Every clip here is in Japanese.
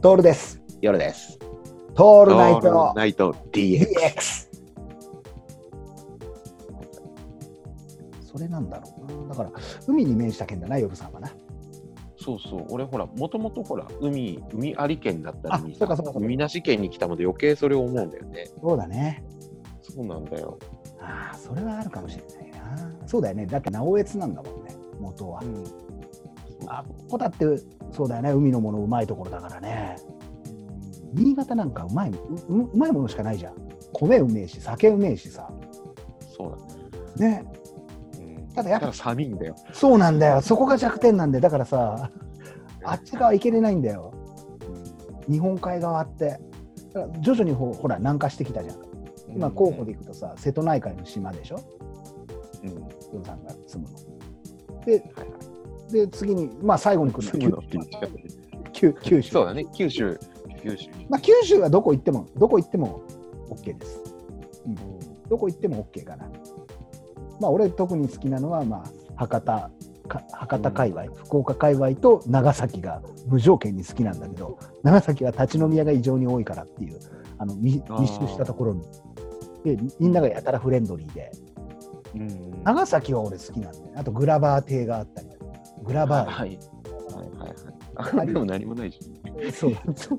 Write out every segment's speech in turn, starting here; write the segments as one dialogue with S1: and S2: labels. S1: トールです。
S2: 夜です。
S1: トー
S2: オ
S1: ルナイト
S2: ナイト DX。
S1: DX。それなんだろうな。だから、海に面した県だな、夜さんはな。
S2: そうそう、俺ほら、もともとほら、海、海あり県だったのに
S1: あそ
S2: さ
S1: うかそうかそう、か
S2: 海なし県に来たので余計それを思うんだよね。
S1: そうだね。
S2: そうなんだよ。
S1: ああ、それはあるかもしれないな。そうだよね。だって、直江津なんだもんね、元は。
S2: ん。
S1: あここだって、そうだよね。海のものうまいところだからね。新潟なんかうまい、うううまいものしかないじゃん。米うめえし、酒うめえしさ。
S2: そうだね。
S1: ね。
S2: うん
S1: ただやっぱ
S2: 寒いんだよ。
S1: そうなんだよ。そこが弱点なんで、だからさ、あっち側行けれないんだよ。日本海側ってだから徐々にほほら南下してきたじゃん今候補で行くとさ瀬戸内海の島でしょ
S2: うん。うん。
S1: ヨルさんが住むのでで次にまあ最後に来る
S2: 住
S1: の
S2: むの
S1: は
S2: って言っちゃう
S1: 九九州
S2: そうだね、九州。九州に。
S1: まあ、九州はどこ行ってもどこ行っても OK です、うん、どこ行っても OK かなまあ俺特に好きなのはまあ博多か博多界隈、福岡界隈と長崎が無条件に好きなんだけど長崎は立ち飲み屋が異常に多いからっていうあの密
S2: あー
S1: 密集したところにでみんながやたらフレンドリーで
S2: うん
S1: 長崎は俺好きなんだよあとグラバー亭があったりグラバー
S2: はい。はいはいはい。あでも何もないじゃん。
S1: そう そう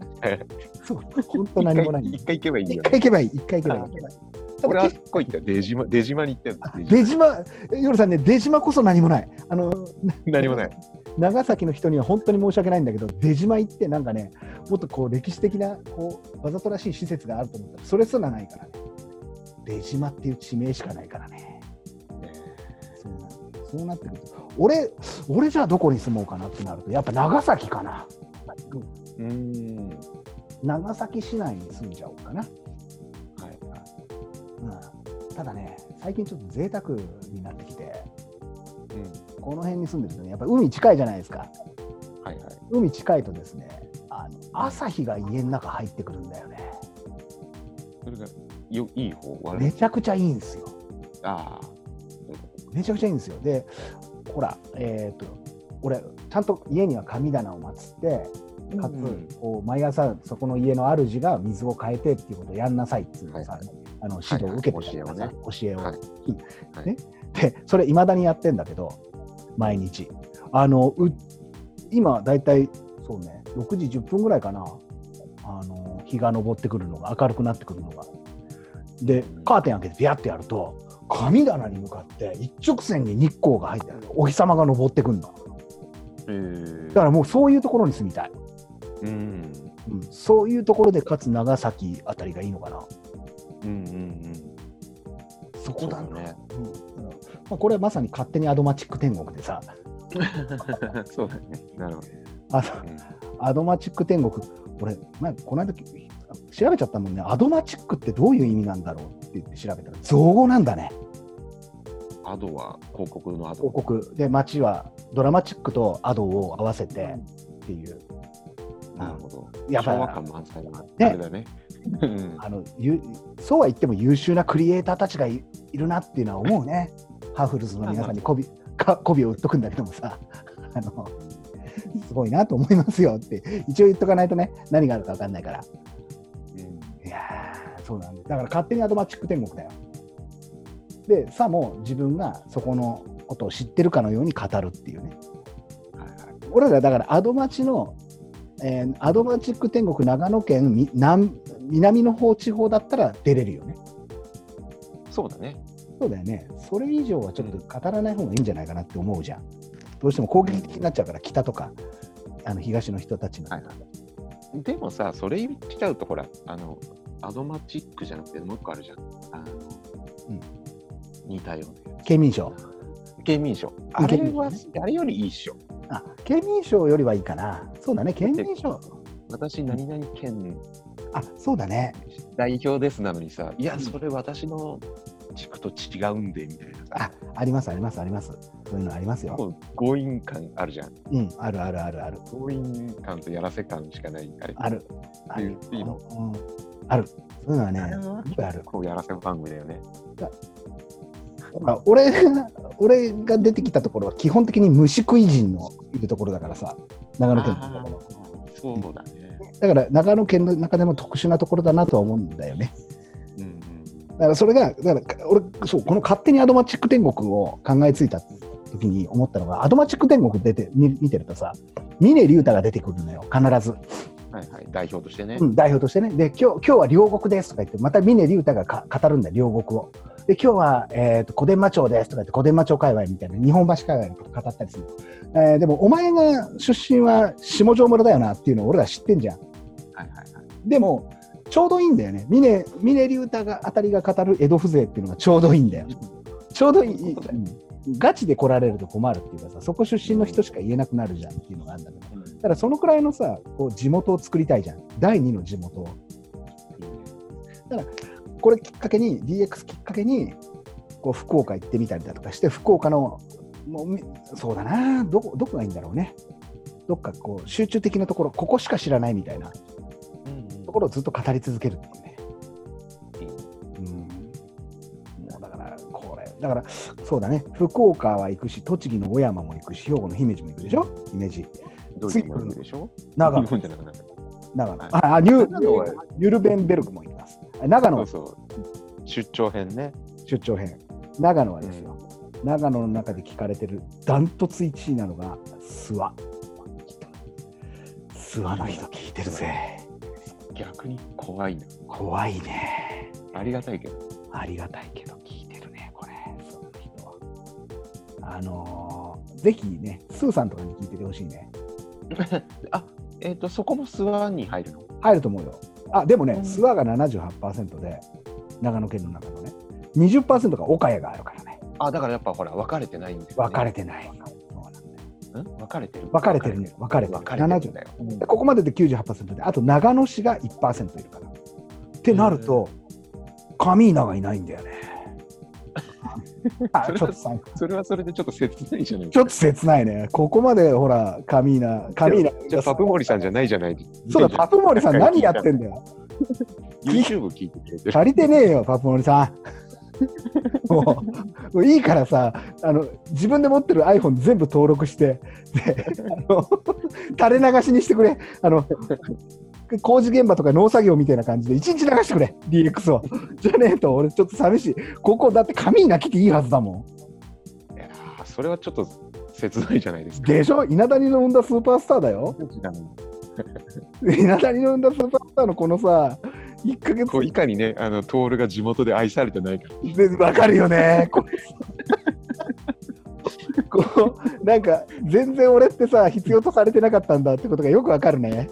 S1: そう本当何もない
S2: 一回一回行けばいい
S1: 一
S2: よね。
S1: 回行けばいい一回行けばいい
S2: あ
S1: 多分
S2: 俺はここ行ったよ出島出島に行ったよ。
S1: 出島、夜さんね、出島こそ何もない。あの、
S2: 何もない。
S1: 長崎の人には本当に申し訳ないんだけど、出島行って、なんかね、もっとこう歴史的な、こう、わざとらしい施設があると思ったら、それすらないからね。出島っていう地名しかないからね。そうなそうなってくると、俺、俺じゃあどこに住もうかなってなると、やっぱ長崎かな。
S2: うん。
S1: 長崎市内に住んじゃおうかな。
S2: はい。
S1: うん、ただね、最近ちょっと贅沢になってきて、
S2: うん。
S1: この辺に住んでるとね、やっぱ海近いじゃないですか。
S2: はいはい。
S1: 海近いとですねあの朝日が家の中入ってくるんだよね
S2: それがよいい方悪い。
S1: めちゃくちゃいいんですよ
S2: あ
S1: めちゃくちゃいいんですよでほらえっ、と俺ちゃんと家には神棚を祀って
S2: あ。
S1: か
S2: うんうん
S1: つこう毎朝そこの家の主が水を変えてっていうことをやんなさいっていうさ、
S2: はい
S1: あの指導を受けてたからさ、
S2: はいはい
S1: 教えを、
S2: はいはい
S1: ね、でそれいまだにやってんだけど毎日あのう今だいたいそうね6時10分ぐらいかなあの日が昇ってくるのが明るくなってくるのがで
S2: うん
S1: カーテン開けてビャってやると神棚に向かって一直線に日光が入ってるお日様が昇ってくるの
S2: えー
S1: だからもうそういうところに住みたい、
S2: うん。
S1: うん、そういうところでかつ長崎あたりがいいのかな
S2: うんうんうん。
S1: そこだ
S2: そうだ
S1: ね
S2: ね、
S1: うんうんまあ、これはまさに勝手にアドマチック天国でさ
S2: そうだね。なるほど。
S1: あのアドマチック天国、俺、前この間調べちゃったもんね、アドマチックってどういう意味なんだろうって言って調べたら、造語なんだね、
S2: うんアドは広告のアド。
S1: 王国。で、町はドラマチックとアドを合わせてっていう、
S2: なるほど。
S1: やっ
S2: 昭和
S1: ぱ
S2: 感満載な。
S1: ね
S2: あれだね。うん
S1: あのゆそうは言っても優秀なクリエイターたちがいいるなっていうのは思うね、ハーフルズの皆さんに媚びか媚びを売っとくんだけどもさ。あのすごいなと思いますよって一応言っとかないとね何があるか分かんないから
S2: うん
S1: いやーそうなんです。だから勝手にアドマチック天国だよ。で、さも自分がそこのことを知ってるかのように語るっていうね。
S2: はいはい
S1: 俺らだからアドマチの、えーアドマチック天国長野県み南南の方地方だったら出れるよね。
S2: そうだね。
S1: そうだよね。それ以上はちょっと語らない方がいいんじゃないかなって思うじゃん。どうしても攻撃的になっちゃうから北とかあの東の人たちの。
S2: はいはいでもさ、それ言っちゃうと、ほら、あの、アドマチックじゃなくて、もう一個あるじゃん。あの、
S1: うん
S2: 似たようなや
S1: 県民賞。
S2: つ。県民賞。あれは
S1: 県民賞、
S2: あれよりいいっしょ。
S1: あ、県民賞よりはいいかな。そうだね、県民賞。
S2: 私、何々県
S1: あ、そうだね。
S2: 代表ですなのにさ、いや、
S1: うん
S2: それ私の地区と違うんで、みたいなさ、
S1: あ、ありますありますあります。そういうのありますよ。
S2: こう強引感あるじゃん。
S1: うん、あるあるあるある。
S2: 強引感とやらせ感しかない。あれ
S1: ある。ある。
S2: いいの
S1: うんある。そういうのはね、
S2: あれ
S1: す
S2: は
S1: ごくある。
S2: こうやらせ番組だよね。
S1: まあ、俺が、俺が出てきたところは基本的に虫食い人のいるところだからさ、長野県のところ
S2: あーそうだね。
S1: だから長野県の中でも特殊なところだなとは思うんだよね。
S2: うんうん
S1: だからそれが、だから俺、そう、この勝手にアドマチック天国を考えついた時に思ったのが、アドマチック天国出て見見てるとさ、峰竜太が出てくるのよ、必ず。
S2: はいはい、代表としてね。
S1: うん、代表としてね。で、今日今日は両国ですとか言って、また峰竜太がか語るんだよ、両国を。で、今日は、えー、と小伝馬町ですとか言って、小伝馬町界隈みたいな、日本橋界隈のこと語ったりする。えーでも、お前が出身は下條村だよなっていうのを俺ら知ってんじゃん。
S2: はいはいはい。
S1: でも、ちょうどいいんだよね。峰峰竜太があたりが語る江戸風情っていうのがちょうどいいんだよ。ちょうどいい、うんガチで来られると困るっていうかさ、そこ出身の人しか言えなくなるじゃんっていうのがあるんだけど、だからそのくらいのさ、こう地元を作りたいじゃん、第二の地元を。これきっかけに、DX きっかけに、こう福岡行ってみたりだとかして、福岡の、もうみそうだな、どこどこがいいんだろうね、どっかこう集中的なところ、ここしか知らないみたいなと
S2: うん
S1: ころをずっと語り続けるっていうね。
S2: いいね
S1: うんもうだから、これ、だから、そうだね、福岡は行くし、栃木の小山も行くし、兵庫の姫路も行くでしょ、姫路、
S2: ドイツもいるでしょ
S1: 長
S2: 日
S1: 野、
S2: 本じゃなくなる。
S1: 長野、あ、あニュ
S2: 長野は
S1: ニュルベンベルクも行きます。長
S2: そ
S1: 野
S2: う、そう。出張編ね。
S1: 出張編、長野はですよ、長野の中で聞かれてるダントツ1位なのが諏訪。諏訪の人聞いてるぜ。
S2: 逆に怖いな。
S1: 怖いね。
S2: ありがたいけど。
S1: ありがたいけど聞いてるね、これ、その人は。あのーぜひね、スーさんとかに聞いててほしいね。
S2: あえっ、と、そこも諏訪に入るの
S1: 入ると思うよ。あ、でもね、
S2: うん
S1: 諏訪が78%で、長野県の中のね、20%が岡谷があるからね、
S2: あ、だからやっぱほら、分かれてないんだよ、ね。
S1: 分かれてない。そうなんだよ
S2: ん分かれてる
S1: 分かれてるのよ、分かれてる。
S2: 分かれてる
S1: 70
S2: んだよ。
S1: でここまでで98%で、あと長野市が1%いるから。ってなると、上稲がいないん だよね。あ、ちょっとさ
S2: それはそれでちょっと切ないじゃない
S1: ちょっと切ないね。ここまでほら、上稲、上稲。
S2: じゃあパプモリさんじゃないじゃない。
S1: そうだ、パプモリさん何やってんだよ。
S2: YouTube 聞いてくれてる。
S1: 足りてねえよ、パプモリさ ん。もうもういいからさあの、自分で持ってる iPhone 全部登録して、であの垂れ流しにしてくれあの、工事現場とか農作業みたいな感じで、一日流してくれ、DX を。じゃねえと、俺、ちょっと寂しい。ここ、だって紙なきていいはずだも
S2: いやーそれはちょっと切ないじゃないです
S1: ん。
S2: か。
S1: でしょ、稲谷の生んだスーパースターだよ。稲谷の生んだスーパースターのこのさ、1ヶ月
S2: こういかにね、あのトールが地元で愛されてないか。
S1: でわかるよ ね。こ こうなんか全然俺ってさ必要とされてなかったんだってことがよくわかるね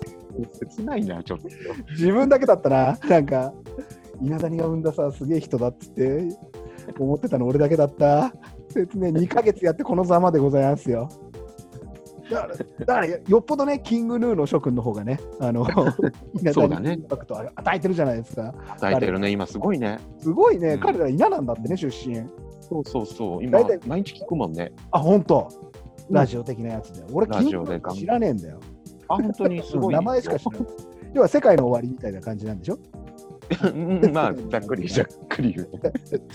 S2: 切ないな、ちょっと。
S1: 自分だけだったななんか稲谷が生んださすげえ人だっつって思ってたの俺だけだった説明2ヶ月やってこのざまでございますよだからだからよっぽどねキングヌーの諸君の方がねあ の稲
S2: そう
S1: 谷
S2: だ
S1: に
S2: ね
S1: インパクトを与えてるじゃないですか
S2: 与えてるね、今すごいね。
S1: すごいね、
S2: うん
S1: 彼ら稲なんだってね出身
S2: そうそうそう、今
S1: 大体
S2: 毎日聞くもんね。
S1: あ、本当。
S2: うん
S1: ラジオ的なやつだよ。俺、
S2: ラジオで
S1: キングヌー知らねえんだよ。
S2: あ、本当にすごい。
S1: 名前しか知らない。要は世界の終わりみたいな感じなんでしょ
S2: うんまあ、ざっくり、ざっくり言うね。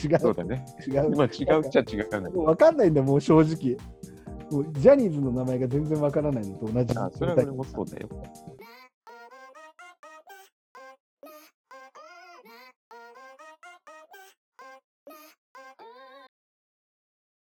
S1: 違う
S2: そうだね。
S1: 違う。
S2: まあ、違うっちゃ違うんだけ
S1: も
S2: ど。
S1: う分かんないんだよ、もう正直。もうジャニーズの名前が全然わからないのと同じ。
S2: あ、それは俺もそうだよ。